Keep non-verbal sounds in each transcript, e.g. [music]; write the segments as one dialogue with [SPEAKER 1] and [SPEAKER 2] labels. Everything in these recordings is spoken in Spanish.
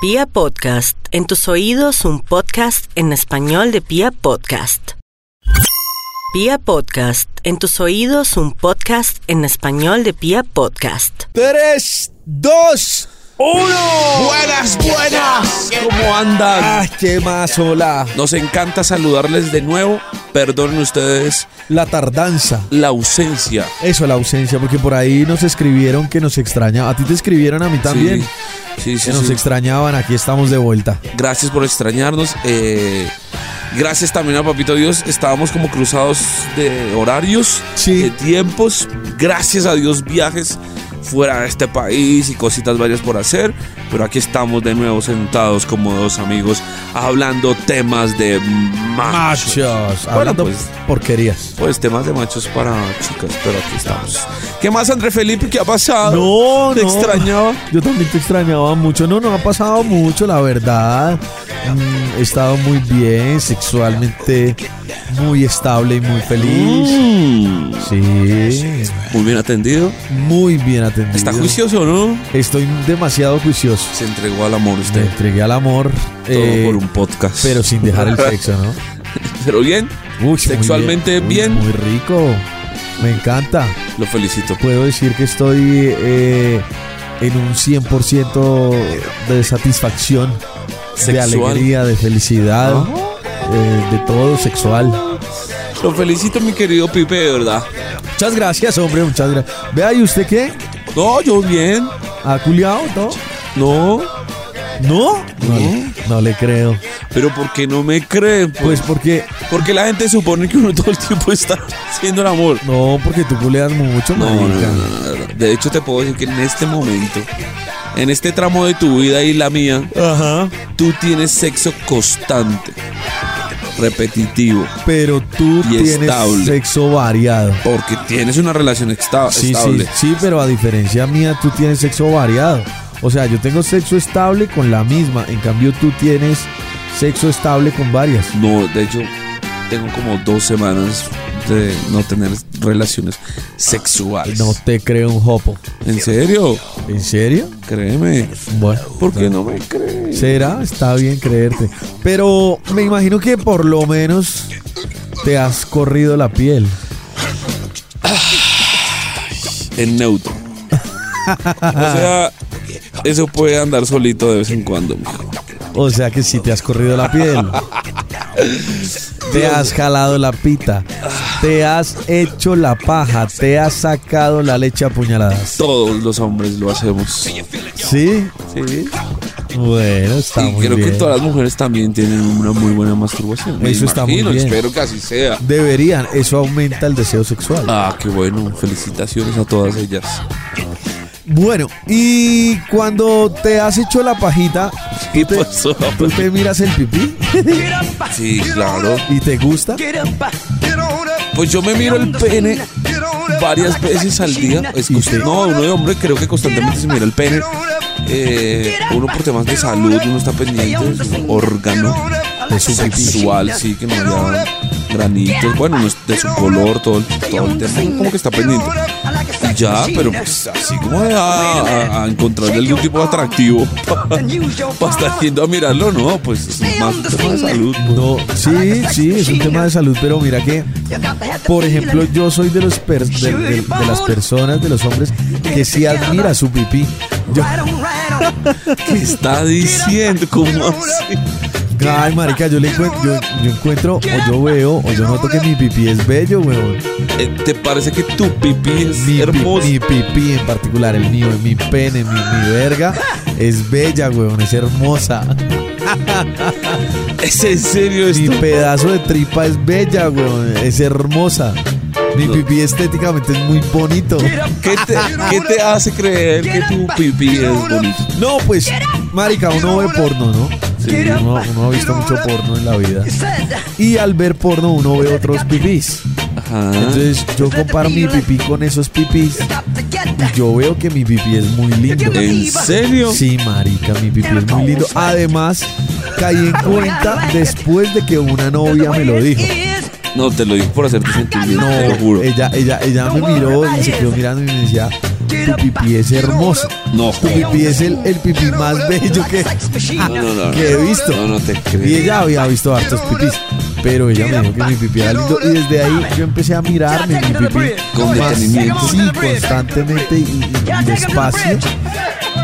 [SPEAKER 1] Pia Podcast, en tus oídos un podcast en español de Pia Podcast. Pia Podcast, en tus oídos un podcast en español de Pia Podcast.
[SPEAKER 2] 3, 2, 1. Buenas, buenas.
[SPEAKER 3] ¿Cómo andan?
[SPEAKER 2] Ay, Ah, qué más, hola.
[SPEAKER 3] Nos encanta saludarles de nuevo. Perdonen ustedes
[SPEAKER 2] La tardanza.
[SPEAKER 3] la ausencia.
[SPEAKER 2] Eso, la ausencia, porque por ahí nos escribieron que nos extraña. A ti te escribieron a mí también.
[SPEAKER 3] Sí, sí,
[SPEAKER 2] Que nos
[SPEAKER 3] sí.
[SPEAKER 2] extrañaban, aquí estamos de vuelta.
[SPEAKER 3] Gracias por extrañarnos. eh, gracias también a Papito Dios. Estábamos como cruzados de horarios,
[SPEAKER 2] Sí.
[SPEAKER 3] de tiempos. Gracias a Dios, viajes fuera de este país y cositas varias por hacer. Pero aquí estamos de nuevo sentados como dos amigos hablando temas de machos.
[SPEAKER 2] Machos,
[SPEAKER 3] Bueno,
[SPEAKER 2] hablando
[SPEAKER 3] pues.
[SPEAKER 2] porquerías.
[SPEAKER 3] Pues temas de machos para chicas, pero aquí estamos. ¿Qué más, André Felipe? ¿Qué ha pasado?
[SPEAKER 2] No,
[SPEAKER 3] ¿Te
[SPEAKER 2] no.
[SPEAKER 3] extrañaba?
[SPEAKER 2] Yo también te extrañaba mucho. No, no ha pasado mucho, la verdad. Mm, he estado muy bien, sexualmente muy estable y muy feliz.
[SPEAKER 3] Mm,
[SPEAKER 2] Sí,
[SPEAKER 3] Muy bien atendido.
[SPEAKER 2] muy bien atendido.
[SPEAKER 3] Está juicioso, ¿no?
[SPEAKER 2] Estoy demasiado juicioso.
[SPEAKER 3] Se entregó al amor
[SPEAKER 2] Me
[SPEAKER 3] usted.
[SPEAKER 2] entregué al amor,
[SPEAKER 3] Todo
[SPEAKER 2] eh,
[SPEAKER 3] por un podcast.
[SPEAKER 2] pero sin dejar el sexo,
[SPEAKER 3] [laughs]
[SPEAKER 2] ¿no?
[SPEAKER 3] Pero bien,
[SPEAKER 2] Uy, muy
[SPEAKER 3] Sexualmente
[SPEAKER 2] Uy,
[SPEAKER 3] bien.
[SPEAKER 2] Muy rico. Me encanta.
[SPEAKER 3] lo felicito.
[SPEAKER 2] Puedo decir que estoy eh, en un 100% de satisfacción,
[SPEAKER 3] Sexual. Ah.
[SPEAKER 2] de alegría, de felicidad, eh, de todo sexual.
[SPEAKER 3] Lo felicito, mi querido Pipe, de verdad.
[SPEAKER 2] Muchas gracias, hombre, muchas gracias. Vea, ¿y usted qué?
[SPEAKER 3] No, yo bien.
[SPEAKER 2] ¿Ha culiado? ¿No?
[SPEAKER 3] No.
[SPEAKER 2] ¿No? No, le- no le creo.
[SPEAKER 3] Pero ¿por qué no me creen? Pues
[SPEAKER 2] Pues porque
[SPEAKER 3] porque la gente supone que uno todo el tiempo está haciendo el amor.
[SPEAKER 2] No, porque tú culeas mucho,
[SPEAKER 3] No, no,
[SPEAKER 2] marica.
[SPEAKER 3] no, no, no, no. De hecho, te puedo decir que en este momento, en este tramo de tu vida y la mía,
[SPEAKER 2] Ajá.
[SPEAKER 3] tú tienes sexo constante, repetitivo,
[SPEAKER 2] Pero tú
[SPEAKER 3] Y
[SPEAKER 2] tienes
[SPEAKER 3] estable.
[SPEAKER 2] sexo variado.
[SPEAKER 3] porque tienes una relación esta-
[SPEAKER 2] Sí,
[SPEAKER 3] estable.
[SPEAKER 2] sí, sí, pero a diferencia mía, tú tienes sexo variado. O sea, yo tengo sexo estable con la misma. En cambio, tú tienes sexo estable con varias.
[SPEAKER 3] No, de hecho, tengo como dos semanas de no tener relaciones sexuales.
[SPEAKER 2] No te creo un hopo.
[SPEAKER 3] ¿En serio?
[SPEAKER 2] ¿En serio?
[SPEAKER 3] Créeme.
[SPEAKER 2] Bueno.
[SPEAKER 3] ¿Por qué no me crees?
[SPEAKER 2] Será, está bien creerte. Pero me imagino que por lo menos te has corrido la piel.
[SPEAKER 3] En neutro. o sea, eso puede andar solito de vez en cuando, mijo.
[SPEAKER 2] O sea que sí te has corrido la piel. Te has jalado la pita. Te has hecho la paja. Te has sacado la leche a puñaladas.
[SPEAKER 3] Todos los hombres lo hacemos.
[SPEAKER 2] ¿Sí?
[SPEAKER 3] Sí.
[SPEAKER 2] Bueno, está
[SPEAKER 3] Y
[SPEAKER 2] muy
[SPEAKER 3] creo
[SPEAKER 2] bien.
[SPEAKER 3] que todas las mujeres también tienen una muy buena masturbación. Me
[SPEAKER 2] Eso está muy
[SPEAKER 3] imagino,
[SPEAKER 2] bien.
[SPEAKER 3] Espero que así sea.
[SPEAKER 2] Deberían, eso aumenta el deseo sexual.
[SPEAKER 3] Ah, qué bueno. Felicitaciones a todas ellas.
[SPEAKER 2] Bueno, y cuando te has hecho la pajita,
[SPEAKER 3] ¿Qué
[SPEAKER 2] te-
[SPEAKER 3] pasó?
[SPEAKER 2] tú te miras el pipí
[SPEAKER 3] Sí, claro.
[SPEAKER 2] y te gusta.
[SPEAKER 3] Pues yo me miro el pene varias veces al día. Es que usted- no, uno de hombre creo que constantemente se mira el pene. Eh, uno por temas de salud, uno está pendiente de su órgano
[SPEAKER 2] De su pipí.
[SPEAKER 3] sexual, sí, que no haya granitos. Bueno, uno es de su color, todo el, todo el tema, uno como que está pendiente. Y Ya, pero pues así como de a, a- a encontrarle algún tipo de atractivo [laughs] para estar yendo a mirarlo, no, pues es más un tema de salud.
[SPEAKER 2] No, sí, sí, es un tema de salud, pero mira que Por ejemplo, yo soy de, los per- de, de- de las personas, de los hombres, que sí admira su pipí. Yo,
[SPEAKER 3] ¿Qué está diciendo? ¿Cómo así?
[SPEAKER 2] ay, marica, yo le encuentro, yo, yo encuentro, o yo veo, o yo noto que mi pipí es bello, weón.
[SPEAKER 3] Eh, ¿Te parece que tu pipí es
[SPEAKER 2] Mi, pi-
[SPEAKER 3] hermoso?
[SPEAKER 2] mi pipí en particular, el mío, mi pene, mi, mi verga, es bella, weón, es hermosa.
[SPEAKER 3] ¿Es en serio
[SPEAKER 2] Mi
[SPEAKER 3] esto?
[SPEAKER 2] pedazo de tripa es bella, weón, es hermosa. Mi pipí estéticamente es muy bonito.
[SPEAKER 3] ¿Qué te, qué te hace creer que tu pipí es bonito?
[SPEAKER 2] No, pues, marica, uno ve porno, ¿no? Sí, uno, uno ha visto mucho porno en la vida. Y al ver porno uno ve otros pipís.
[SPEAKER 3] Ajá.
[SPEAKER 2] Entonces yo comparo mi pipí con esos pipís. y Yo veo que mi pipí es muy lindo.
[SPEAKER 3] ¿En serio?
[SPEAKER 2] Sí, marica, mi pipí es muy lindo. Además, caí en cuenta después de que una novia me lo dijo.
[SPEAKER 3] No, te lo digo por hacerte sentir bien,
[SPEAKER 2] No, Eh,
[SPEAKER 3] te lo juro.
[SPEAKER 2] Ella, ella, ella me miró y se quedó mirando y me decía, tu pipí es hermoso.
[SPEAKER 3] No,
[SPEAKER 2] Tu pipí es el, el pipí más bello que,
[SPEAKER 3] no, no, no.
[SPEAKER 2] que he visto.
[SPEAKER 3] No, no te
[SPEAKER 2] Y
[SPEAKER 3] creo.
[SPEAKER 2] ella había visto hartos pipis. Pero ella me dijo que mi pipí era lindo. Y desde ahí yo empecé a mirarme mi pipí.
[SPEAKER 3] Con
[SPEAKER 2] más-
[SPEAKER 3] detenimiento.
[SPEAKER 2] Sí, constantemente y, y- y despacio.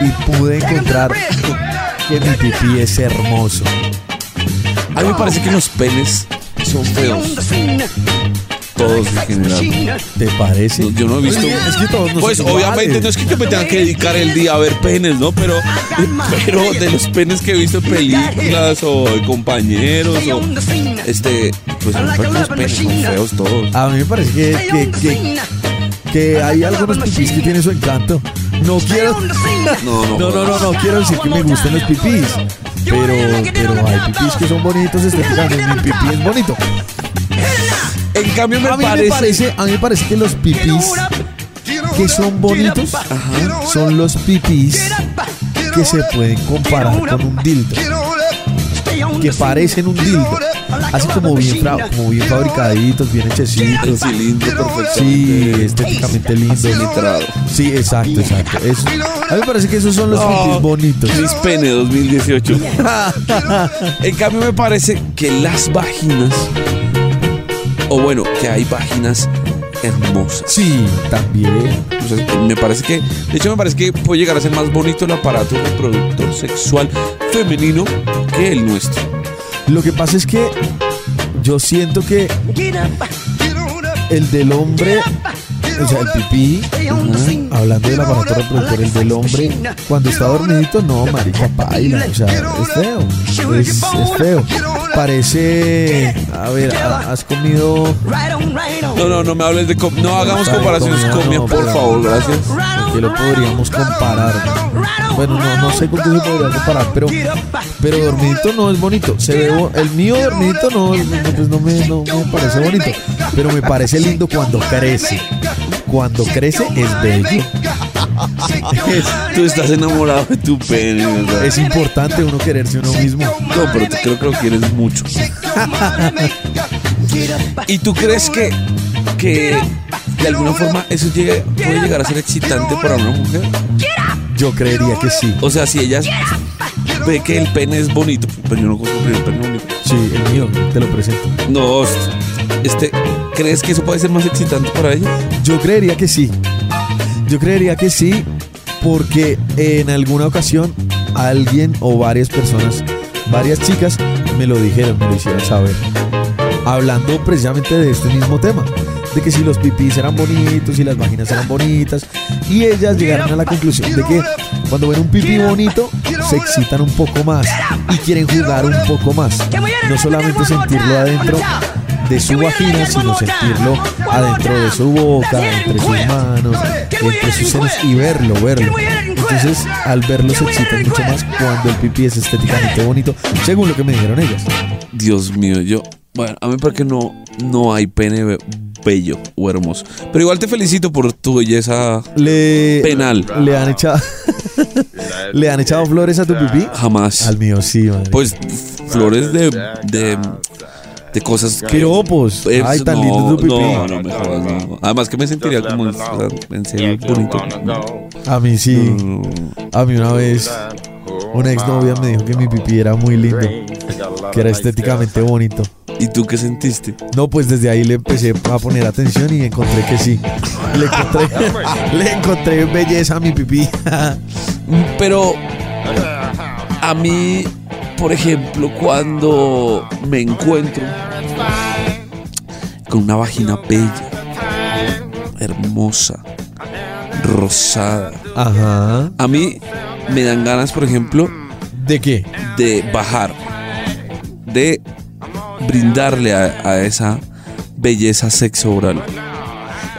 [SPEAKER 2] Y pude encontrar [laughs] que mi pipí es hermoso.
[SPEAKER 3] A mí me parece que los penes son feos. Todos en general.
[SPEAKER 2] ¿Te parece?
[SPEAKER 3] No, Yo no he visto.
[SPEAKER 2] Es que todos no
[SPEAKER 3] Pues
[SPEAKER 2] son
[SPEAKER 3] obviamente
[SPEAKER 2] iguales.
[SPEAKER 3] no es que yo me tenga que dedicar el día a ver penes, ¿no? Pero, pero de los penes que he visto en películas o de compañeros o este, pues a mí me parece que los penes son feos todos.
[SPEAKER 2] A mí me parece que, que, que, que hay algunos pipis que tienen su encanto. No quiero.
[SPEAKER 3] No, no,
[SPEAKER 2] No, no, no, no quiero decir que me gusten los pipis. Pero, pero hay pipis que son bonitos estéticamente. Mi pipí es bonito.
[SPEAKER 3] En cambio me
[SPEAKER 2] A mí
[SPEAKER 3] parece,
[SPEAKER 2] me parece, a mí me parece que los pipis que son bonitos son los pipis que se pueden comparar con un dildo. Que parecen un dildo. Así como bien, fra- como bien fabricaditos, bien
[SPEAKER 3] el
[SPEAKER 2] hechecitos.
[SPEAKER 3] cilindro perfecto.
[SPEAKER 2] Sí,
[SPEAKER 3] este,
[SPEAKER 2] estéticamente lindo.
[SPEAKER 3] Cilindrado.
[SPEAKER 2] Sí, exacto, exacto. Eso- a mí me parece que esos son los
[SPEAKER 3] No.
[SPEAKER 2] pipis bonitos.
[SPEAKER 3] Oh. Mis penes 2018. en cambio me parece que las vaginas o bueno, que hay vaginas hermosas.
[SPEAKER 2] Sí, también.
[SPEAKER 3] O sea, me parece que, de hecho, me parece que puede llegar a ser más bonito el aparato reproductor sexual femenino que el nuestro.
[SPEAKER 2] Lo que pasa es que yo siento que el del hombre, o sea, el pipí, hablando del aparato reproductor, el del hombre, cuando está dormidito, no, marica, paila, o sea, es feo, es, es feo. Parece, a ver, ¿ha- ¿has comido?
[SPEAKER 3] No, no, no me hables de. com- No hagamos
[SPEAKER 2] Ay,
[SPEAKER 3] comparaciones
[SPEAKER 2] comida,
[SPEAKER 3] comia,
[SPEAKER 2] no,
[SPEAKER 3] por
[SPEAKER 2] pero-
[SPEAKER 3] favor, gracias.
[SPEAKER 2] Que lo podríamos comparar. ¿no? Bueno, no, no sé con qué se podría comparar, pero, pero dormidito no es bonito. Se ve bo- el mío dormidito no, no, pues no me, no me parece bonito, pero me parece lindo cuando crece. Cuando crece es bello.
[SPEAKER 3] [laughs] Tú estás enamorado de tu pene, ¿verdad?
[SPEAKER 2] Es importante uno quererse uno mismo.
[SPEAKER 3] No, pero te creo que
[SPEAKER 2] [laughs]
[SPEAKER 3] lo quieres mucho. ¿Y tú crees que, que de alguna forma eso llegue- puede llegar a ser excitante para una mujer?
[SPEAKER 2] Yo creería que sí.
[SPEAKER 3] O sea, si ella ve que el pene es bonito, pero yo no conozco el primer pene bonito.
[SPEAKER 2] Sí, el mío, te lo presento.
[SPEAKER 3] No, este, ¿crees que eso puede ser más excitante para ella?
[SPEAKER 2] Yo creería que sí. Yo creería que sí, porque en alguna ocasión alguien o varias personas, varias chicas, me lo dijeron, me lo hicieron saber. Hablando precisamente de este mismo tema, de que si los pipis eran bonitos y las vaginas eran bonitas, y ellas llegaron a la conclusión de que cuando ven un pipí bonito, se excitan un poco más y quieren jugar un poco más. No solamente sentirlo adentro de su vagina, sino sentirlo adentro de su boca, entre sus manos, entre sus senos y verlo, verlo. Entonces, al verlo se excitan mucho más cuando el pipí es estéticamente bonito, según lo que me dijeron ellas.
[SPEAKER 3] Dios mío, yo. Bueno, a mí porque no, no hay pene be- bello o hermoso. Pero igual te felicito por tu belleza
[SPEAKER 2] Le,
[SPEAKER 3] penal.
[SPEAKER 2] le han echado [laughs] le han echado flores a tu pipí.
[SPEAKER 3] Jamás.
[SPEAKER 2] Al mío sí, madre.
[SPEAKER 3] Pues flores de. de, de cosas que.
[SPEAKER 2] Piropos.
[SPEAKER 3] Eh,
[SPEAKER 2] Ay, tan
[SPEAKER 3] no,
[SPEAKER 2] lindo tu pipí.
[SPEAKER 3] No, no, me jodas, no. Además que me sentiría como en, en serio bonito.
[SPEAKER 2] A mí sí.
[SPEAKER 3] mm.
[SPEAKER 2] A mí una vez una exnovia me dijo que mi pipí era muy lindo, que era estéticamente bonito.
[SPEAKER 3] ¿Y tú qué sentiste?
[SPEAKER 2] No, pues desde ahí le empecé a poner atención y encontré que sí. Le encontré, le encontré belleza a mi pipí.
[SPEAKER 3] Pero a mí, por ejemplo, cuando me encuentro con una vagina bella, hermosa, rosada,
[SPEAKER 2] Ajá.
[SPEAKER 3] a mí me dan ganas, por ejemplo,
[SPEAKER 2] ¿De qué?
[SPEAKER 3] de bajar, de brindarle a, a esa belleza sexo oral.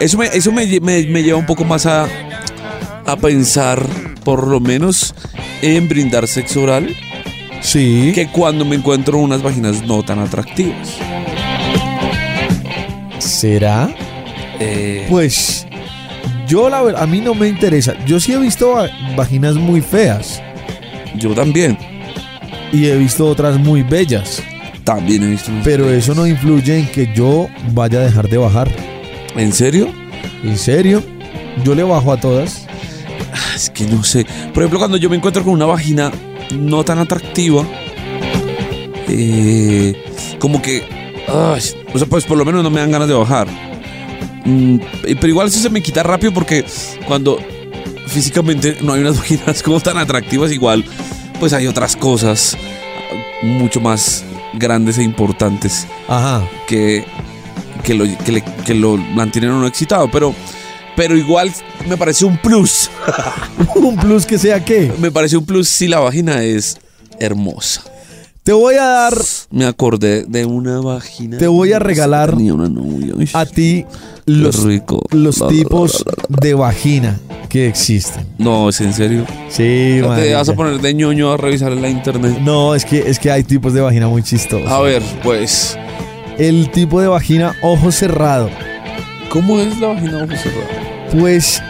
[SPEAKER 3] Eso, me, eso me, lle- me- me lleva un poco más a, a pensar, por lo menos, en brindar sexo oral
[SPEAKER 2] Sí.
[SPEAKER 3] que cuando me encuentro unas vaginas no tan atractivas.
[SPEAKER 2] ¿Será?
[SPEAKER 3] Eh,
[SPEAKER 2] Pues yo la verdad, a mí no me interesa. Yo sí he visto va- vaginas muy feas
[SPEAKER 3] yo también,
[SPEAKER 2] y he visto otras muy bellas.
[SPEAKER 3] también he visto. unas-
[SPEAKER 2] Pero eso no influye en que yo vaya a dejar de bajar.
[SPEAKER 3] ¿En serio?
[SPEAKER 2] ¿En serio? Yo le bajo a todas.
[SPEAKER 3] Es que no sé. Por ejemplo, cuando yo me encuentro con una vagina no tan atractiva, eh, como que. ay, o sea, pues por lo menos no me dan ganas de bajar. Mm, pero igual eso se me quita rápido porque cuando físicamente no hay unas [laughs] vaginas como tan atractivas, igual, pues hay otras cosas mucho más grandes e importantes
[SPEAKER 2] Ajá.
[SPEAKER 3] que, que, lo, que, le- que lo mantienen a uno excitado. Pero, pero igual me parece un plus.
[SPEAKER 2] [laughs] Un plus que sea qué.
[SPEAKER 3] Me parece un plus si la vagina es hermosa.
[SPEAKER 2] Te voy a dar
[SPEAKER 3] Me acordé de una vagina.
[SPEAKER 2] Te voy a
[SPEAKER 3] hermosa que
[SPEAKER 2] regalar
[SPEAKER 3] tenía una novia. Uy,
[SPEAKER 2] a ti
[SPEAKER 3] qué
[SPEAKER 2] los,
[SPEAKER 3] rico.
[SPEAKER 2] los
[SPEAKER 3] La, la, la,
[SPEAKER 2] tipos
[SPEAKER 3] la, la.
[SPEAKER 2] de vagina que existen.
[SPEAKER 3] No, es en serio.
[SPEAKER 2] Sí,
[SPEAKER 3] O sea, te
[SPEAKER 2] marica.
[SPEAKER 3] vas a poner de ñoño a revisar en la internet.
[SPEAKER 2] No, es que, es que hay tipos de vagina muy chistosos.
[SPEAKER 3] A ver, pues,
[SPEAKER 2] El tipo de vagina ojo cerrado.
[SPEAKER 3] ¿cómo es la vagina ojo cerrado?
[SPEAKER 2] Pues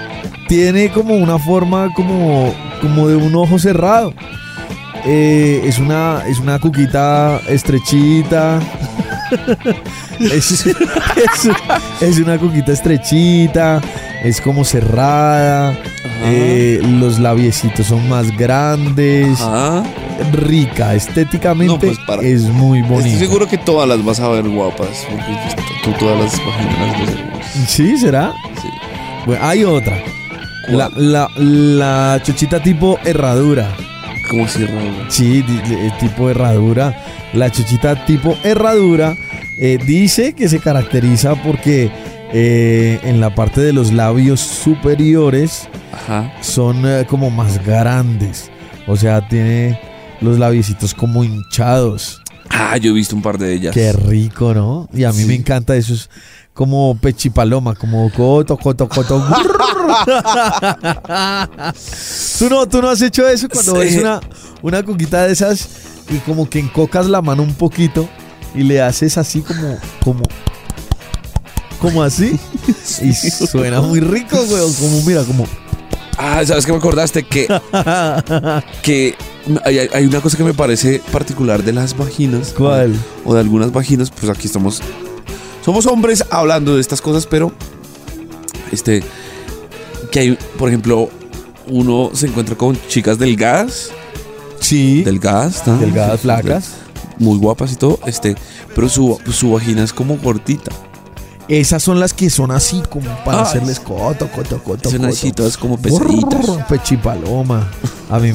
[SPEAKER 2] tiene como una forma como, como de un ojo cerrado. Eh, es, una, es una cuquita
[SPEAKER 3] [laughs]
[SPEAKER 2] estrechita. es, es- es una cuquita estrechita. Es como cerrada. eh, los labiecitos son más grandes.
[SPEAKER 3] Ajá.
[SPEAKER 2] Rica. Estéticamente
[SPEAKER 3] No, pues, para.
[SPEAKER 2] es muy bonita.
[SPEAKER 3] Estoy seguro que todas las vas a ver guapas. Porque tú todas las vaginas las ves hermosas.
[SPEAKER 2] ¿Sí? ¿Será?
[SPEAKER 3] Sí.
[SPEAKER 2] Bueno, hay otra.
[SPEAKER 3] ¿Cuál?
[SPEAKER 2] La, la, la chochita tipo herradura.
[SPEAKER 3] ¿Cómo cierra?
[SPEAKER 2] Sí, di- le- eh, tipo herradura. La chuchita tipo herradura eh, dice que se caracteriza porque eh, en la parte de los labios superiores
[SPEAKER 3] Ajá.
[SPEAKER 2] son eh, como más grandes. O sea, tiene los labiecitos como hinchados.
[SPEAKER 3] Ah, yo he visto un par de ellas.
[SPEAKER 2] Qué rico, ¿no? Y a mí
[SPEAKER 3] Sí.
[SPEAKER 2] me encanta eso. Es como pechipaloma, como coto, coto,
[SPEAKER 3] [laughs]
[SPEAKER 2] coto. ¿Tú, no, tú no has hecho eso cuando
[SPEAKER 3] Sí.
[SPEAKER 2] ves una, una cuquita de esas y como que encocas la mano un poquito y le haces así como, como, como así. Y suena muy rico, güey. Como mira, como.
[SPEAKER 3] Ah, ¿sabes qué me acordaste?
[SPEAKER 2] [laughs]
[SPEAKER 3] Que, que hay, hay- hay una cosa que me parece particular de las vaginas.
[SPEAKER 2] ¿Cuál?
[SPEAKER 3] O de algunas vaginas. Pues aquí estamos. Somos hombres hablando de estas cosas, pero. Este. Que hay, por ejemplo, uno se encuentra con chicas delgadas.
[SPEAKER 2] Sí.
[SPEAKER 3] Delgadas, ¿tá?
[SPEAKER 2] Delgadas, flacas.
[SPEAKER 3] Muy guapas y todo. Este. Pero su, su vagina es como gordita.
[SPEAKER 2] Esas son las que son así, como para
[SPEAKER 3] Ah,
[SPEAKER 2] hacerles coto, coto, coto.
[SPEAKER 3] Son
[SPEAKER 2] coto.
[SPEAKER 3] así, todas como pesaditas.
[SPEAKER 2] Brrr, Pechipaloma. A
[SPEAKER 3] [laughs]
[SPEAKER 2] mí me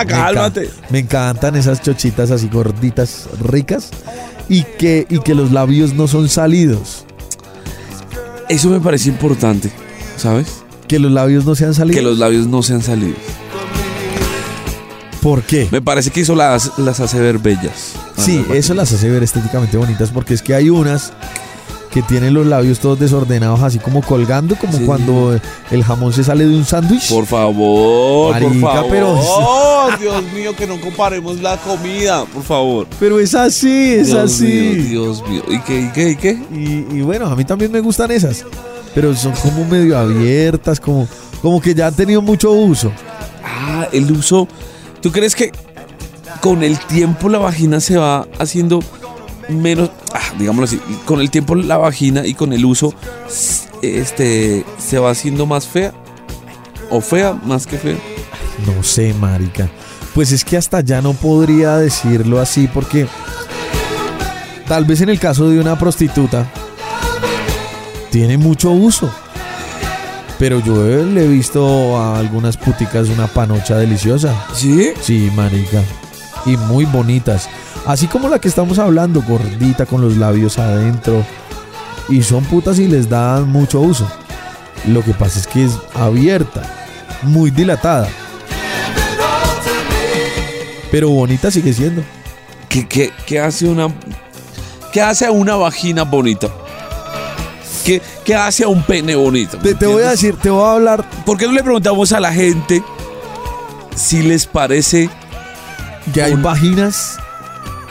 [SPEAKER 2] encanta- me encanta-
[SPEAKER 3] ah, cálmate.
[SPEAKER 2] Me encantan esas chochitas así gorditas, ricas. Y que, y que los labios no son salidos.
[SPEAKER 3] Eso me parece importante, ¿sabes?
[SPEAKER 2] Que los labios no sean salidos.
[SPEAKER 3] Que los labios no sean salidos.
[SPEAKER 2] ¿Por qué?
[SPEAKER 3] Me parece que eso las, las hace ver bellas.
[SPEAKER 2] Sí,
[SPEAKER 3] Ah,
[SPEAKER 2] eso las hace ver estéticamente bonitas porque es que hay unas que tienen los labios todos desordenados, así como colgando, como
[SPEAKER 3] Sí.
[SPEAKER 2] cuando el jamón se sale de un sándwich.
[SPEAKER 3] Por favor, por
[SPEAKER 2] Marica,
[SPEAKER 3] favor. Oh,
[SPEAKER 2] pero-
[SPEAKER 3] Dios mío, que no comparemos la comida, por favor.
[SPEAKER 2] Pero es así, es
[SPEAKER 3] Dios
[SPEAKER 2] así.
[SPEAKER 3] mío, Dios mío. ¿Y qué, y qué, y qué?
[SPEAKER 2] Y, y bueno, a mí también me gustan esas. Pero son como medio abiertas, como, como que ya han tenido mucho uso.
[SPEAKER 3] Ah, el uso. ¿Tú crees que con el tiempo la vagina se va haciendo menos, ah, digámoslo así, con el tiempo la vagina y con el uso, s- este, se va haciendo más fea o fea más que fea?
[SPEAKER 2] No sé, marica. Pues es que hasta ya no podría decirlo así porque tal vez en el caso de una prostituta tiene mucho uso. Pero yo eh, le he visto a algunas puticas una panocha deliciosa.
[SPEAKER 3] Sí.
[SPEAKER 2] Sí, marica. Y muy bonitas. Así como la que estamos hablando, gordita con los labios adentro. Y son putas y les dan mucho uso. Lo que pasa es que es abierta, muy dilatada. Pero bonita sigue siendo.
[SPEAKER 3] ¿Qué, qué- qué hace una, qué hace a una vagina bonita? ¿Qué, qué hace a un pene bonito? ¿Me
[SPEAKER 2] Te, te voy a
[SPEAKER 3] entiendes?
[SPEAKER 2] decir, te voy a hablar.
[SPEAKER 3] ¿Por qué no le preguntamos a la gente si les parece
[SPEAKER 2] Que hay
[SPEAKER 3] Bon-
[SPEAKER 2] vaginas.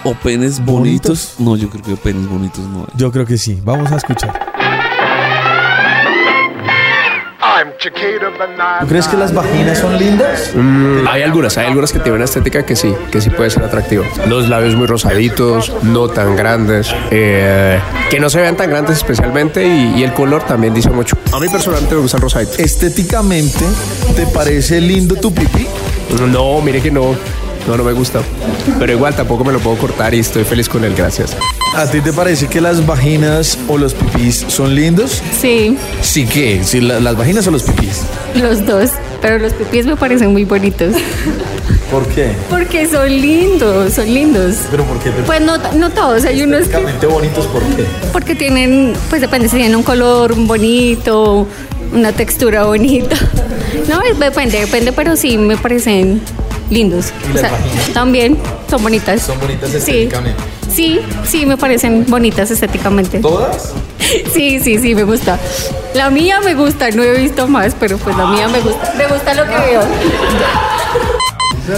[SPEAKER 3] o penes bonitos?
[SPEAKER 2] ¿Bonitos?
[SPEAKER 3] No, yo creo que penes bonitos no hay.
[SPEAKER 2] Yo creo que sí. Vamos a escuchar.
[SPEAKER 4] I
[SPEAKER 2] ¿Tú crees que las vaginas son lindas?
[SPEAKER 4] Mm, hay algunas, hay algunas que tienen una estética que sí, que sí puede ser atractiva. Los labios muy rosaditos, no tan grandes, eh, que no se vean tan grandes especialmente y, y el color también dice mucho. A mí personalmente me gustan rosaditos.
[SPEAKER 2] Eh. Estéticamente, ¿te parece lindo tu pipí?
[SPEAKER 4] No, mire que no. No, no me gusta. Pero igual tampoco me lo puedo cortar y estoy feliz con él, gracias.
[SPEAKER 2] ¿A ti te parece que las vaginas o los pipís son lindos?
[SPEAKER 5] Sí,
[SPEAKER 2] Sí, ¿qué? ¿Si la- ¿Las vaginas o los pipís?
[SPEAKER 5] los dos. Pero los pipis me parecen muy bonitos.
[SPEAKER 2] ¿Por qué?
[SPEAKER 5] [laughs] Porque son lindos, son lindos.
[SPEAKER 2] ¿Pero por qué?
[SPEAKER 5] Pues no, no todos, hay unos que...
[SPEAKER 2] Estéticamente bonitos, ¿por qué?
[SPEAKER 5] Porque tienen, pues depende si tienen un color bonito, una textura bonita. [laughs] No, es- depende, depende, pero sí me parecen lindos.
[SPEAKER 2] ¿Y las vaginas?
[SPEAKER 5] también son bonitas.
[SPEAKER 2] Son bonitas
[SPEAKER 5] Sí.
[SPEAKER 2] estéticamente.
[SPEAKER 5] Sí, sí, me parecen bonitas estéticamente.
[SPEAKER 2] ¿Todas?
[SPEAKER 5] [laughs] Sí, sí, sí, me gusta. La mía me gusta, no he visto más, pero pues la mía me gusta. Me gusta lo que veo.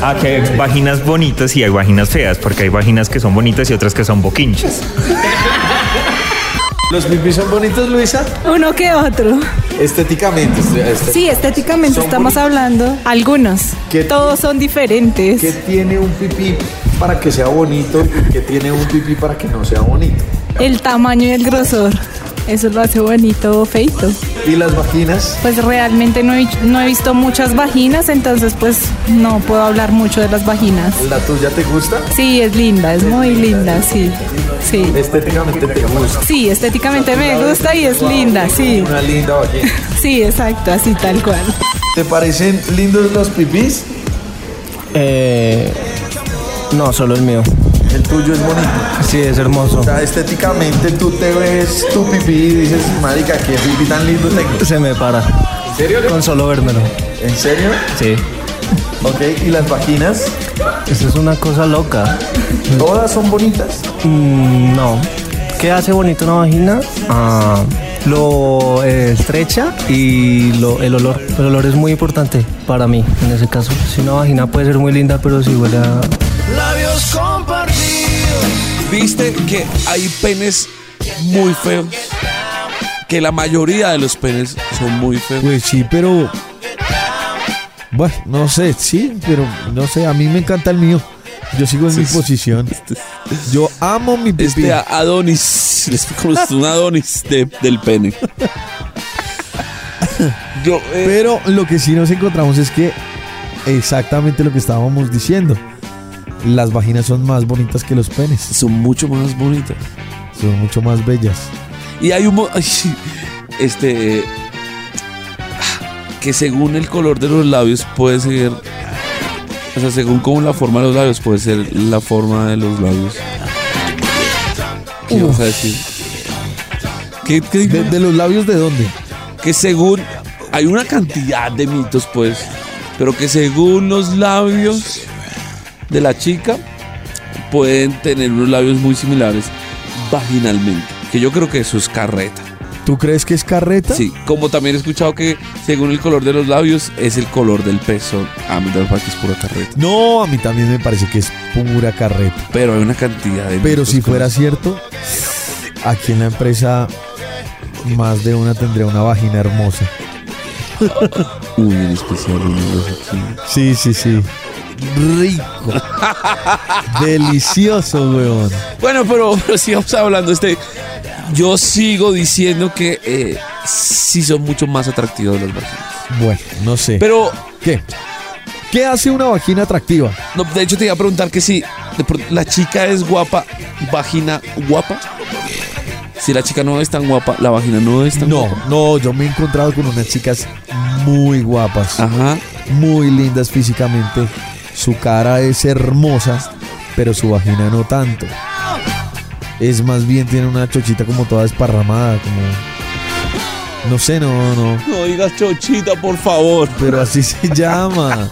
[SPEAKER 6] Ah, que hay vaginas bonitas y hay vaginas feas, porque hay vaginas que son bonitas y otras que son boquinches.
[SPEAKER 2] ¿Los pipís son bonitos, Luisa?
[SPEAKER 7] Uno que otro.
[SPEAKER 2] Estéticamente. este- este-
[SPEAKER 7] Sí, estéticamente
[SPEAKER 2] Son
[SPEAKER 7] estamos
[SPEAKER 2] bonitos.
[SPEAKER 7] hablando. Algunos.
[SPEAKER 2] ¿Qué-
[SPEAKER 7] Todos son
[SPEAKER 2] ¿Qué
[SPEAKER 7] diferentes.
[SPEAKER 2] tiene un pipí para que sea bonito y qué tiene un pipí para que no sea bonito?
[SPEAKER 7] El tamaño y el grosor. Eso lo hace bonito o feito.
[SPEAKER 2] ¿Y las vaginas?
[SPEAKER 7] Pues realmente no he, no he visto muchas vaginas, entonces pues no puedo hablar mucho de las vaginas.
[SPEAKER 2] ¿La tuya te gusta?
[SPEAKER 7] Sí, es linda, es muy linda, sí. Sí.
[SPEAKER 2] Estéticamente te gusta.
[SPEAKER 7] Sí, estéticamente me gusta y es linda, sí.
[SPEAKER 2] Una linda vagina.
[SPEAKER 7] Sí, exacto, así tal cual.
[SPEAKER 2] ¿Te parecen lindos los pipís?
[SPEAKER 8] Eh, no, solo el mío.
[SPEAKER 2] El tuyo es bonito.
[SPEAKER 8] Sí, es hermoso.
[SPEAKER 2] O sea, estéticamente tú te ves tu pipí y dices, marica, qué pipí tan lindo tengo.
[SPEAKER 8] Se me para. ¿En serio? Con solo vérmelo.
[SPEAKER 2] ¿En serio?
[SPEAKER 8] Sí.
[SPEAKER 2] Ok, ¿y las vaginas?
[SPEAKER 8] Esa es una cosa loca.
[SPEAKER 2] Todas son bonitas.
[SPEAKER 8] Mm, no. ¿Qué hace bonito una vagina? Ah, lo eh, estrecha y lo- el olor. El olor es muy importante para mí en ese caso. Si una vagina puede ser muy linda, pero si huele a...
[SPEAKER 3] Viste que hay penes muy feos. Que la mayoría de los penes son muy feos.
[SPEAKER 2] Pues sí, pero. Bueno, no sé, sí, pero no sé, a mí me encanta el mío. Yo sigo en mi posición. Yo amo mi pipí.
[SPEAKER 3] Este a- Adonis, [laughs] les explico, es un Adonis de-
[SPEAKER 2] [laughs]
[SPEAKER 3] del pene. Yo, eh,
[SPEAKER 2] Pero lo que sí nos encontramos es que exactamente lo que estábamos diciendo. Las vaginas son más bonitas que los penes.
[SPEAKER 3] son mucho más bonitas.
[SPEAKER 2] Son mucho más bellas.
[SPEAKER 3] Y hay un. mo- ay, sí, este. Que según el color de los labios puede ser. O sea, según como la forma de los labios puede ser la forma de los labios. ¿Qué vas a decir? ¿Qué- qué dijo?
[SPEAKER 2] ¿De, de los labios de dónde?
[SPEAKER 3] que según hay una cantidad de mitos pues pero que según los labios de la chica pueden tener unos labios muy similares vaginalmente que yo creo que eso es carreta
[SPEAKER 2] ¿Tú crees que es carreta?
[SPEAKER 3] sí como también he escuchado que según el color de los labios es el color del pezón a mí me parece que es pura carreta
[SPEAKER 2] No, a mí también me parece que es pura carreta.
[SPEAKER 3] pero hay una cantidad de
[SPEAKER 2] Pero
[SPEAKER 3] mitos
[SPEAKER 2] si
[SPEAKER 3] con
[SPEAKER 2] fuera
[SPEAKER 3] eso.
[SPEAKER 2] cierto, aquí en la empresa más de una tendría una vagina hermosa.
[SPEAKER 3] uy en especial uno de los aquí.
[SPEAKER 2] Sí, sí, sí. Rico. [laughs] Delicioso, weón.
[SPEAKER 3] Bueno, pero, pero sigamos hablando. Este, yo sigo diciendo que eh, sí son mucho más atractivos los vaginas.
[SPEAKER 2] Bueno, no sé.
[SPEAKER 3] Pero,
[SPEAKER 2] ¿Qué? ¿Qué hace una vagina atractiva?
[SPEAKER 3] no, de hecho, te iba a preguntar que si de pronto la chica es guapa, vagina guapa. Si la chica no es tan guapa, la vagina no es tan
[SPEAKER 2] No,
[SPEAKER 3] guapa.
[SPEAKER 2] no, yo me he encontrado con unas chicas muy guapas,
[SPEAKER 3] Ajá.
[SPEAKER 2] muy lindas físicamente. Su cara es hermosa, pero su vagina no tanto. Es más bien tiene una chochita como toda esparramada, como no sé, no, no,
[SPEAKER 3] No digas chochita, por favor.
[SPEAKER 2] pero así se [laughs] llama.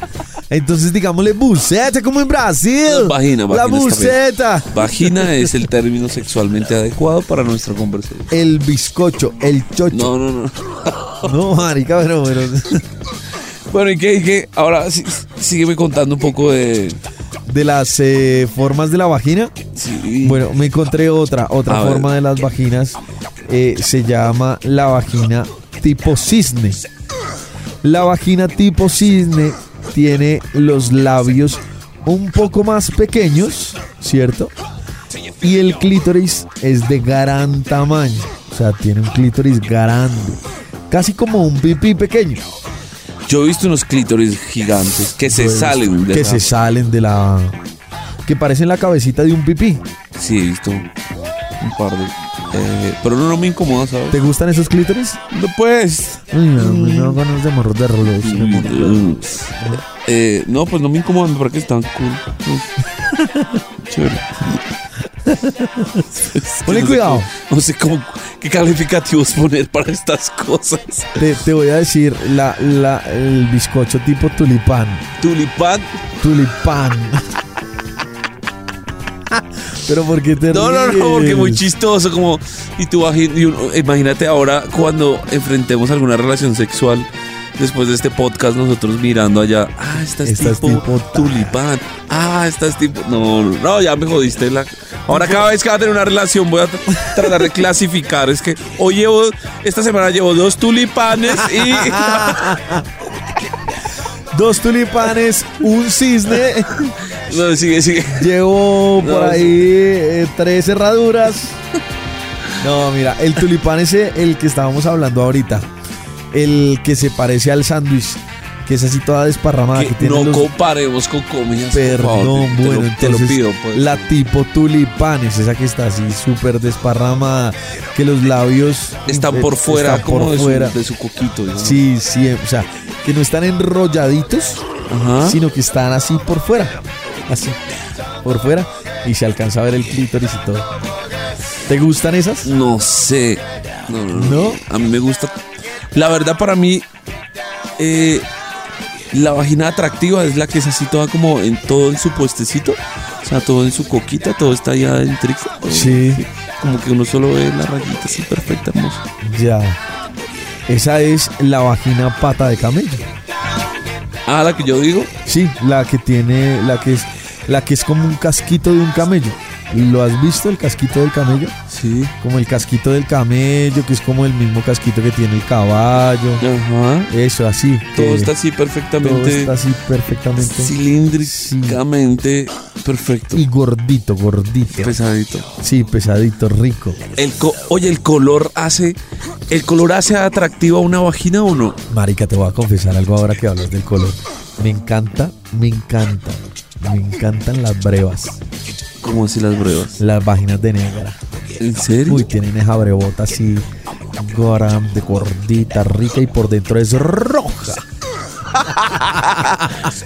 [SPEAKER 2] Entonces digámosle buceta como en Brasil.
[SPEAKER 3] Vagina,
[SPEAKER 2] La
[SPEAKER 3] vagina está bien.
[SPEAKER 2] buceta.
[SPEAKER 3] Vagina es el término sexualmente adecuado para nuestra conversación.
[SPEAKER 2] El bizcocho, el chocho.
[SPEAKER 3] No, no, no.
[SPEAKER 2] No, marica, pero, pero
[SPEAKER 3] Bueno, ¿y qué? ¿Y qué? Ahora sí, sígueme contando un poco de...
[SPEAKER 2] de las eh, formas de la vagina.
[SPEAKER 3] sí.
[SPEAKER 2] Bueno, me encontré otra, otra
[SPEAKER 3] A ver.
[SPEAKER 2] forma de las vaginas. eh, se llama la vagina tipo cisne. La vagina tipo cisne tiene los labios un poco más pequeños, ¿cierto? Y el clítoris es de gran tamaño. O sea, tiene un clítoris grande. Casi como un pipí pequeño.
[SPEAKER 3] Yo he visto unos clítoris gigantes que se
[SPEAKER 2] Pues,
[SPEAKER 3] salen de
[SPEAKER 2] Que
[SPEAKER 3] la-
[SPEAKER 2] se salen de la... Que parecen la cabecita de un pipí.
[SPEAKER 3] Sí, he visto un par de. eh, pero no, no me incomoda, ¿sabes? pues,
[SPEAKER 2] ¿Te gustan esos clítoris?
[SPEAKER 3] Después.
[SPEAKER 2] Ay, no, me dan ganas de morderlos. me morderlos.
[SPEAKER 3] mm, Eh, no, pues no me incomodan, porque están cool.
[SPEAKER 2] [laughs]
[SPEAKER 3] pues. Chévere.
[SPEAKER 2] Ponle
[SPEAKER 3] No sé
[SPEAKER 2] cuidado.
[SPEAKER 3] cómo- No sé cómo, qué calificativos poner para estas cosas.
[SPEAKER 2] Te, te voy a decir la, la, el bizcocho tipo tulipán.
[SPEAKER 3] Tulipán.
[SPEAKER 2] Tulipán. [laughs] Pero porque te
[SPEAKER 3] No, no, no, porque
[SPEAKER 2] ríes?
[SPEAKER 3] muy chistoso. Como, y tú, baji- y uno- imagínate ahora cuando enfrentemos alguna relación sexual. Después de este podcast, nosotros mirando allá. Ah, esta es,
[SPEAKER 2] Esta es
[SPEAKER 3] tipo,
[SPEAKER 2] tipo tal.
[SPEAKER 3] tulipán. Ah, esta es tipo. No, no, no, ya me jodiste. La... Ahora, cada vez que va a tener una relación, voy a tra- tratar de clasificar. Es que hoy llevo. Esta semana llevo dos tulipanes
[SPEAKER 2] [laughs]
[SPEAKER 3] y.
[SPEAKER 2] Dos tulipanes, un cisne.
[SPEAKER 3] [laughs] No, sigue, sigue.
[SPEAKER 2] Llevo por
[SPEAKER 3] No,
[SPEAKER 2] ahí eh, tres herraduras. No, mira, el tulipán ese, el que estábamos hablando ahorita. El que se parece al sándwich. Que es así toda desparramada. Ah, Que,
[SPEAKER 3] Que
[SPEAKER 2] tiene
[SPEAKER 3] no
[SPEAKER 2] los-
[SPEAKER 3] comparemos con comidas. por favor,
[SPEAKER 2] Perdón,
[SPEAKER 3] te, te
[SPEAKER 2] bueno,
[SPEAKER 3] lo, te lo
[SPEAKER 2] entonces,
[SPEAKER 3] pido. Pues.
[SPEAKER 2] La tipo tulipanes, esa que está así súper desparramada, que los labios
[SPEAKER 3] Están por
[SPEAKER 2] eh,
[SPEAKER 3] fuera,
[SPEAKER 2] están
[SPEAKER 3] como
[SPEAKER 2] por
[SPEAKER 3] de,
[SPEAKER 2] fuera.
[SPEAKER 3] Su, de su coquito. digamos.
[SPEAKER 2] Sí, sí, o sea, que no están enrolladitos,
[SPEAKER 3] Ajá.
[SPEAKER 2] sino que están así por fuera, así por fuera y se alcanza a ver el clítoris y todo. ¿Te gustan esas?
[SPEAKER 3] No sé. No, no, no.
[SPEAKER 2] ¿No?
[SPEAKER 3] A mí me gusta. La verdad, para mí, eh, la vagina atractiva es la que es así toda como en todo en su puestecito. O sea, todo en su coquita, todo está allá adentro.
[SPEAKER 2] Sí.
[SPEAKER 3] Como que uno solo ve la rayita así perfecta, hermosa.
[SPEAKER 2] Ya. Esa es la vagina pata de camello.
[SPEAKER 3] Ah, la que yo digo.
[SPEAKER 2] Sí, la que tiene, la que es, la que es como un casquito de un camello. ¿Lo has visto el casquito del camello?
[SPEAKER 3] Sí.
[SPEAKER 2] Como el casquito del camello, que es como el mismo casquito que tiene el caballo.
[SPEAKER 3] Ajá.
[SPEAKER 2] Eso, así.
[SPEAKER 3] Todo
[SPEAKER 2] que
[SPEAKER 3] está así
[SPEAKER 2] todo
[SPEAKER 3] perfectamente.
[SPEAKER 2] está así perfectamente.
[SPEAKER 3] cilíndricamente perfecto.
[SPEAKER 2] Y gordito, gordito.
[SPEAKER 3] Pesadito.
[SPEAKER 2] sí, pesadito, rico.
[SPEAKER 3] El co- Oye, el color hace. ¿El color hace atractiva una vagina o no?
[SPEAKER 2] Marica, te voy a confesar algo ahora que hablas del color. Me encanta, me encanta. Me encantan las brevas,
[SPEAKER 3] Como así las pruebas.
[SPEAKER 2] las vaginas de negra.
[SPEAKER 3] ¿En serio?
[SPEAKER 2] Uy, tienen esa brebota así, goram, de gordita, rica y por dentro es roja.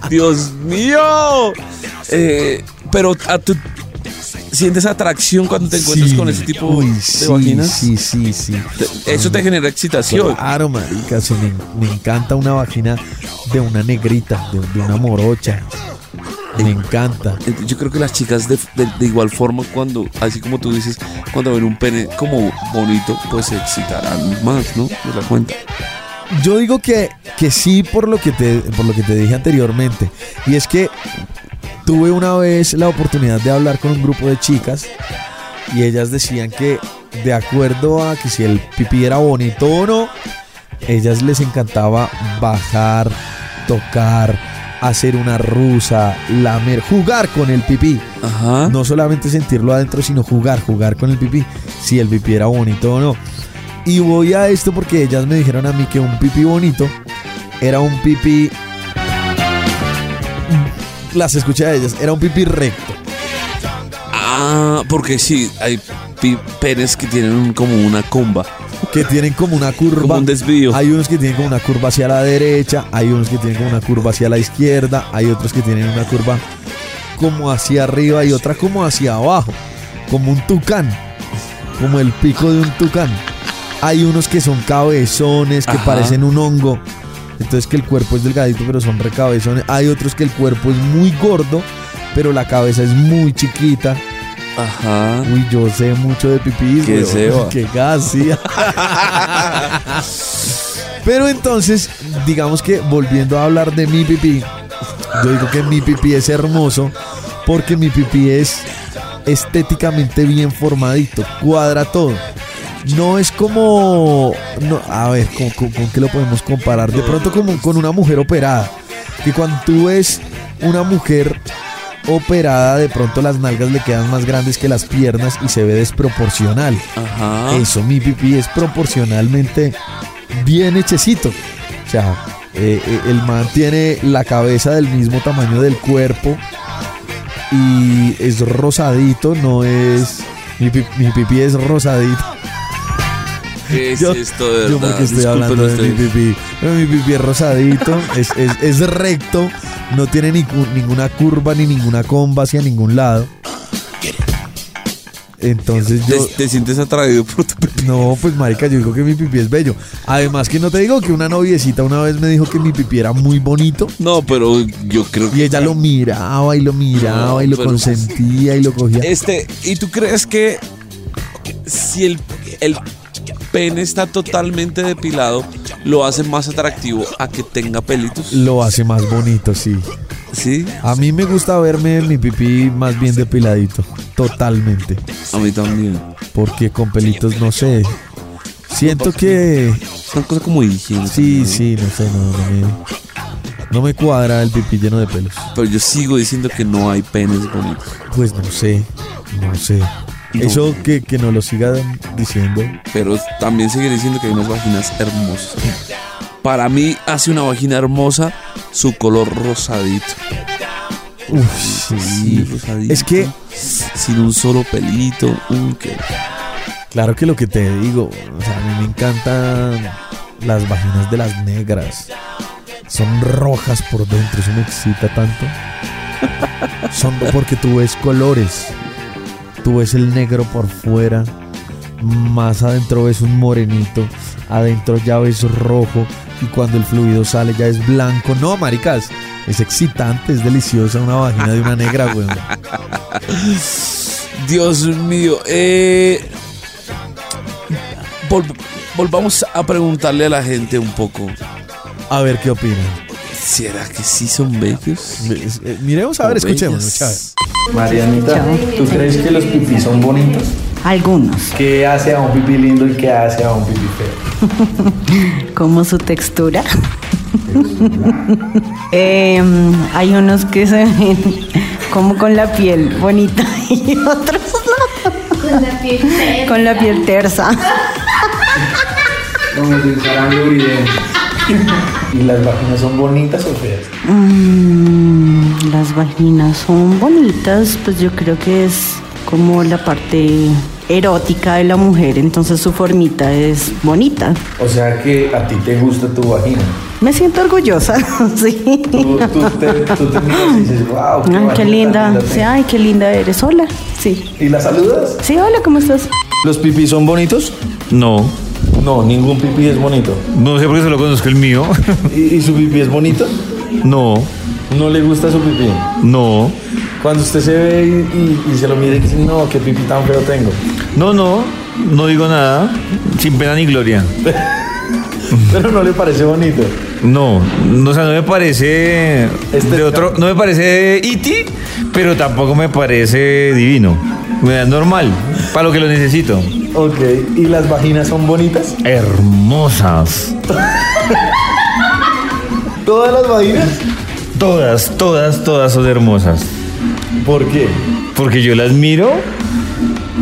[SPEAKER 3] Dios mío. Eh, pero a tú sientes atracción cuando te encuentras
[SPEAKER 2] Sí.
[SPEAKER 3] con ese tipo
[SPEAKER 2] Uy,
[SPEAKER 3] de
[SPEAKER 2] sí,
[SPEAKER 3] vaginas.
[SPEAKER 2] Sí, sí, sí.
[SPEAKER 3] Te- Eso te genera excitación.
[SPEAKER 2] Claro, marica, sí, me, me encanta una vagina de una negrita, de, de una morocha. Me encanta.
[SPEAKER 3] Eh, Yo creo que las chicas de, de- de igual forma cuando, así como tú dices, cuando ven un pene como bonito, pues se excitarán más, ¿no? De la cuenta.
[SPEAKER 2] Yo digo que, que sí por lo que, te, por lo que te dije anteriormente. Y es que tuve una vez la oportunidad de hablar con un grupo de chicas y ellas decían que de acuerdo a que si el pipí era bonito o no, ellas les encantaba bajar, tocar, hacer una rusa, lamer, jugar con el pipí.
[SPEAKER 3] Ajá.
[SPEAKER 2] No solamente sentirlo adentro, sino jugar, jugar con el pipí, si el pipí era bonito o no. Y voy a esto porque ellas me dijeron a mí que un pipí bonito era un pipí... Las escuché a ellas, era un pipí recto.
[SPEAKER 3] Ah, porque sí, hay pi- penes que tienen un- como una comba.
[SPEAKER 2] que tienen como una curva.
[SPEAKER 3] Como un desvío.
[SPEAKER 2] Hay unos que tienen como una curva hacia la derecha, hay unos que tienen como una curva hacia la izquierda, hay otros que tienen una curva como hacia arriba y otra como hacia abajo, como un tucán, como el pico de un tucán. Hay unos que son cabezones, que
[SPEAKER 3] Ajá.
[SPEAKER 2] parecen un hongo. Entonces que el cuerpo es delgadito, pero son recabezones. Hay otros que el cuerpo es muy gordo, pero la cabeza es muy chiquita.
[SPEAKER 3] Ajá.
[SPEAKER 2] Uy, yo sé mucho de pipí,
[SPEAKER 3] ¿Ah? Qué
[SPEAKER 2] [laughs]
[SPEAKER 3] seba.
[SPEAKER 2] Qué gas, sí. Pero entonces, digamos que volviendo a hablar de mi pipí, yo digo que mi pipí es hermoso porque mi pipí es estéticamente bien formadito, cuadra todo. no es como. no, a ver, ¿con, con, con qué lo podemos comparar? De pronto, como con una mujer operada. Que cuando tú ves una mujer operada, de pronto las nalgas le quedan más grandes que las piernas y se ve desproporcional.
[SPEAKER 3] Ajá.
[SPEAKER 2] Eso, mi pipí es proporcionalmente bien hechecito. O sea, eh, eh, el man tiene la cabeza del mismo tamaño del cuerpo y es rosadito, no es. Mi, pi- mi pipí es rosadito.
[SPEAKER 3] ¿Qué es
[SPEAKER 2] yo-
[SPEAKER 3] esto de
[SPEAKER 2] Yo
[SPEAKER 3] verdad?
[SPEAKER 2] porque estoy hablando de mi
[SPEAKER 3] ustedes.
[SPEAKER 2] pipí. Pero Mi pipí es rosadito, es, es- es recto, no tiene ni cu- ninguna curva ni ninguna comba hacia ningún lado. Entonces yo...
[SPEAKER 3] ¿Te, te sientes atraído por tu pipí?
[SPEAKER 2] No, pues marica, yo digo que mi pipí es bello. Además que no te digo que una noviecita una vez me dijo que mi pipí era muy bonito
[SPEAKER 3] No, pero yo creo que.
[SPEAKER 2] y ella lo miraba y lo miraba y lo
[SPEAKER 3] Pero-
[SPEAKER 2] consentía y lo cogía.
[SPEAKER 3] Este, ¿y tú crees que si el, el pene está totalmente depilado, lo hace más atractivo a que tenga pelitos?
[SPEAKER 2] Lo hace más bonito, sí.
[SPEAKER 3] Sí,
[SPEAKER 2] A mí me gusta verme mi pipí más bien depiladito, totalmente.
[SPEAKER 3] a mí también.
[SPEAKER 2] Porque con pelitos no sé. Siento que.
[SPEAKER 3] Es una cosa como de higiene.
[SPEAKER 2] Sí,
[SPEAKER 3] también.
[SPEAKER 2] sí, no sé, no, no me. No me cuadra el pipí lleno de pelos.
[SPEAKER 3] Pero yo sigo diciendo que no hay penes bonitos.
[SPEAKER 2] Pues no sé, no sé.
[SPEAKER 3] No.
[SPEAKER 2] Eso que, que nos lo sigan diciendo.
[SPEAKER 3] Pero también seguiré diciendo que hay unas vaginas hermosas. Para mí hace una vagina hermosa su color rosadito.
[SPEAKER 2] Uf, sí.
[SPEAKER 3] Sí, rosadito.
[SPEAKER 2] Es que,
[SPEAKER 3] Sin un solo pelito. un que-
[SPEAKER 2] claro que lo que te digo, o sea, a mí me encantan las vaginas de las negras. Son rojas por dentro, eso me excita tanto. Son porque tú ves colores. Tú ves el negro por fuera. Más adentro ves un morenito. Adentro ya ves rojo. Y cuando el fluido sale ya es blanco. No, maricas. Es excitante, es deliciosa una vagina de una negra, weón.
[SPEAKER 3] Dios mío. eh, vol- volvamos a preguntarle a la gente un poco.
[SPEAKER 2] A ver qué opinan.
[SPEAKER 3] ¿Será que sí son bellos?
[SPEAKER 2] Es- eh, Miremos a ver,
[SPEAKER 3] ¿O bellas?
[SPEAKER 2] escuchemos. a ver.
[SPEAKER 9] Marianita, ¿tú crees que los pipí son bonitos?
[SPEAKER 10] Algunos,
[SPEAKER 9] ¿Qué hace a un pipí lindo y qué hace a un pipí feo?
[SPEAKER 10] como su textura. Em, hay unos que se ven como con la piel bonita y otros no. Con la piel tersa.
[SPEAKER 9] Como si fueran lubricantes. [laughs] ¿Y las vaginas son bonitas o feas?
[SPEAKER 10] Mm, las vaginas son bonitas, pues yo creo que es como la parte erótica de la mujer, entonces su formita es bonita.
[SPEAKER 9] O sea que a ti te gusta tu vagina.
[SPEAKER 10] Me siento orgullosa, [laughs] sí.
[SPEAKER 9] Tú, tú te, tú te miras y dices, wow, qué,
[SPEAKER 10] Ay,
[SPEAKER 9] vagina
[SPEAKER 10] qué
[SPEAKER 9] tan
[SPEAKER 10] linda.
[SPEAKER 9] tengo".
[SPEAKER 10] Sí, ay, qué linda eres. Hola. Sí.
[SPEAKER 9] ¿Y la saludas?
[SPEAKER 10] Sí, hola, ¿cómo estás?
[SPEAKER 9] ¿Los pipí son bonitos?
[SPEAKER 6] No,
[SPEAKER 9] No, ningún pipí es bonito.
[SPEAKER 6] no sé por qué solo conozco el [laughs] mío.
[SPEAKER 9] ¿Y, y su pipí es bonito?
[SPEAKER 6] No,
[SPEAKER 9] ¿No le gusta su pipí?
[SPEAKER 6] no,
[SPEAKER 9] Cuando usted se ve y, y- y se lo mira y dice, no, qué pipí tan feo tengo. [laughs]
[SPEAKER 6] no, no, no digo nada, sin pena ni gloria.
[SPEAKER 9] Pero no le parece bonito.
[SPEAKER 6] No, no, o sea, no me parece
[SPEAKER 9] Este-
[SPEAKER 6] de otro, no me parece iti, pero tampoco me parece divino. Me da normal, para lo que lo necesito.
[SPEAKER 9] Ok, ¿y las vaginas son bonitas?
[SPEAKER 6] Hermosas.
[SPEAKER 9] ¿Todas las vaginas?
[SPEAKER 6] Todas, todas, todas son hermosas.
[SPEAKER 9] ¿Por qué?
[SPEAKER 6] Porque yo las miro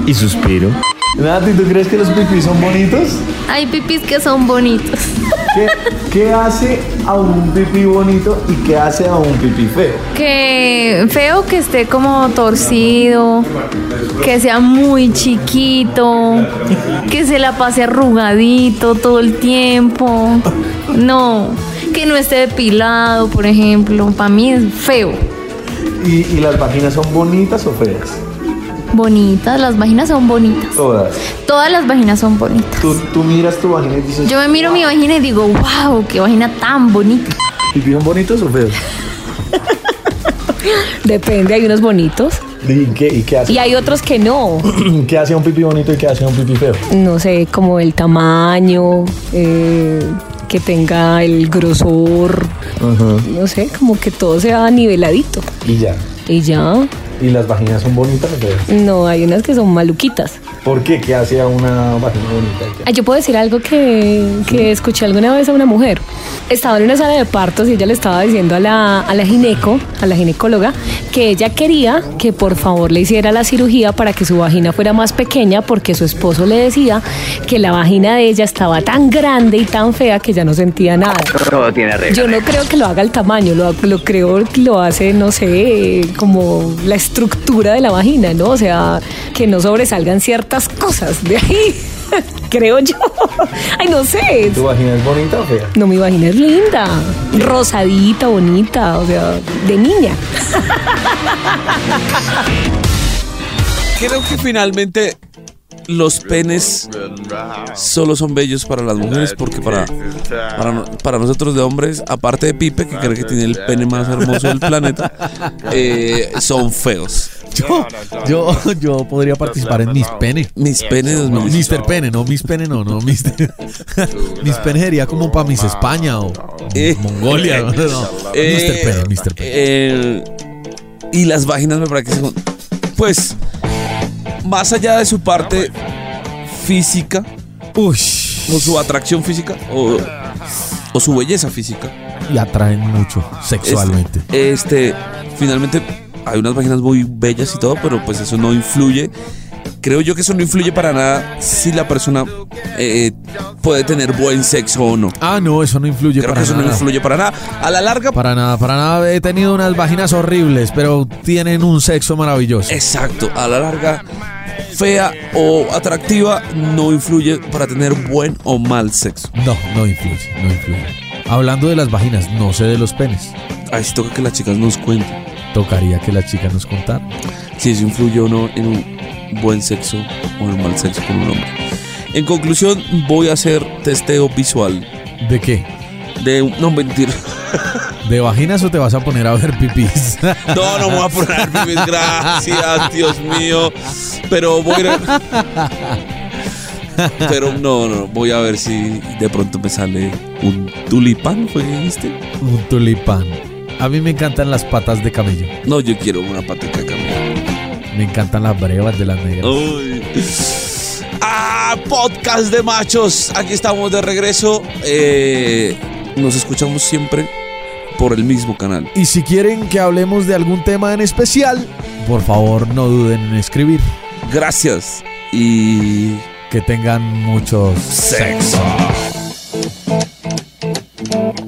[SPEAKER 6] y suspiro.
[SPEAKER 9] Nati, ¿tú crees que los pipis son bonitos?
[SPEAKER 5] Hay pipis que son bonitos.
[SPEAKER 9] ¿Qué, qué hace a un pipí bonito y qué hace a un pipí feo?
[SPEAKER 5] Que feo que esté como torcido, que sea muy chiquito, que se la pase arrugadito todo el tiempo. No, que no esté depilado, por ejemplo. Para mí es feo.
[SPEAKER 9] ¿Y, y las vaginas son bonitas o feas?
[SPEAKER 5] Bonitas, las vaginas son bonitas.
[SPEAKER 9] Todas.
[SPEAKER 5] Todas las vaginas son bonitas.
[SPEAKER 9] Tú, tú miras tu vagina y dices,
[SPEAKER 5] Yo me miro mi vagina y digo, wow, qué vagina tan bonita.
[SPEAKER 9] ¿pipí son bonitos o feos?
[SPEAKER 11] Depende, hay unos bonitos
[SPEAKER 9] ¿Y qué, y qué hace?
[SPEAKER 11] y hay otros que no.
[SPEAKER 9] [clears throat] ¿Qué hace a un pipí bonito y qué hace a un pipí feo?
[SPEAKER 11] No sé, como el tamaño, eh, que tenga el grosor, no sé, como que todo sea niveladito.
[SPEAKER 9] Y ya.
[SPEAKER 11] Y ya,
[SPEAKER 9] ¿Y las vaginas son bonitas?
[SPEAKER 11] No, hay unas que son maluquitas.
[SPEAKER 9] ¿Por qué? ¿Qué hace a una vagina bonita?
[SPEAKER 11] Ah, Yo puedo decir algo que, que escuché alguna vez a una mujer. Estaba en una sala de partos y ella le estaba diciendo a la, a la gineco, a la ginecóloga, que ella quería que por favor le hiciera la cirugía para que su vagina fuera más pequeña porque su esposo le decía que la vagina de ella estaba tan grande y tan fea que ya no sentía nada.
[SPEAKER 12] Todo tiene reglas.
[SPEAKER 11] Yo no creo que lo haga el tamaño, lo, lo creo que lo hace, no sé, como la estructura de la vagina, ¿no? O sea, que no sobresalgan ciertas cosas de ahí, [laughs] creo yo. Ay, no sé.
[SPEAKER 9] ¿Tu vagina es bonita o fea?
[SPEAKER 11] No, mi vagina es linda, rosadita, bonita, o sea, de niña.
[SPEAKER 3] Creo que finalmente los penes solo son bellos para las mujeres porque para, para, no- para nosotros de hombres, aparte de Pipe, que cree que tiene el pene más hermoso del planeta, eh, son feos.
[SPEAKER 2] Yo, yo, yo podría participar en Mis Pene.
[SPEAKER 3] Mis Pene
[SPEAKER 2] 2018. Mr. Pene, no, Mis Pene no, no, [laughs] Mr. Mis Pene sería como para Mis España o Mongolia. [laughs] No, no,
[SPEAKER 3] Eh,
[SPEAKER 2] Mr. Pene, Mr.
[SPEAKER 3] eh, y las vaginas me parece que son. Pues, más allá de su parte física, o su atracción física, o, o su belleza física,
[SPEAKER 2] Y atraen mucho sexualmente.
[SPEAKER 3] Este, este, finalmente hay unas páginas muy bellas y todo, pero pues eso no influye. Creo yo que eso no influye para nada si la persona eh, puede tener buen sexo o no.
[SPEAKER 2] Ah, no, eso no influye
[SPEAKER 3] Creo
[SPEAKER 2] para
[SPEAKER 3] que eso no
[SPEAKER 2] nada.
[SPEAKER 3] influye para nada. A la larga.
[SPEAKER 2] Para nada, para nada. He tenido unas vaginas horribles, pero tienen un sexo maravilloso.
[SPEAKER 3] Exacto, a la larga, fea o atractiva no influye para tener buen o mal sexo.
[SPEAKER 2] No, no influye, no influye. Hablando de las vaginas, no sé de los penes.
[SPEAKER 3] Ahí sí toca que las chicas nos cuenten.
[SPEAKER 2] Tocaría que las chicas nos contaran.
[SPEAKER 3] Si eso influye o no en un buen sexo o en un mal sexo con un hombre. En conclusión, voy a hacer testeo visual.
[SPEAKER 2] ¿De qué?
[SPEAKER 3] De un- no mentir.
[SPEAKER 2] ¿De vaginas o te vas a poner a ver pipis?
[SPEAKER 3] [laughs]
[SPEAKER 2] [laughs]
[SPEAKER 3] No, no me voy a poner mis gracias, Dios mío. Pero voy a ir a- Pero no, no, voy a ver si de pronto me sale un tulipán, ¿fue que dijiste?
[SPEAKER 2] Un tulipán. A mí me encantan las patas de camello.
[SPEAKER 3] No, yo quiero una patica de camello.
[SPEAKER 2] Me encantan las brevas de las negras.
[SPEAKER 3] Uy. Ah, podcast de machos. Aquí estamos de regreso. Eh, nos escuchamos siempre por el mismo canal.
[SPEAKER 2] Y si quieren que hablemos de algún tema en especial, por favor no duden en escribir.
[SPEAKER 3] Gracias y
[SPEAKER 2] que tengan muchos sexo.
[SPEAKER 3] Sexo.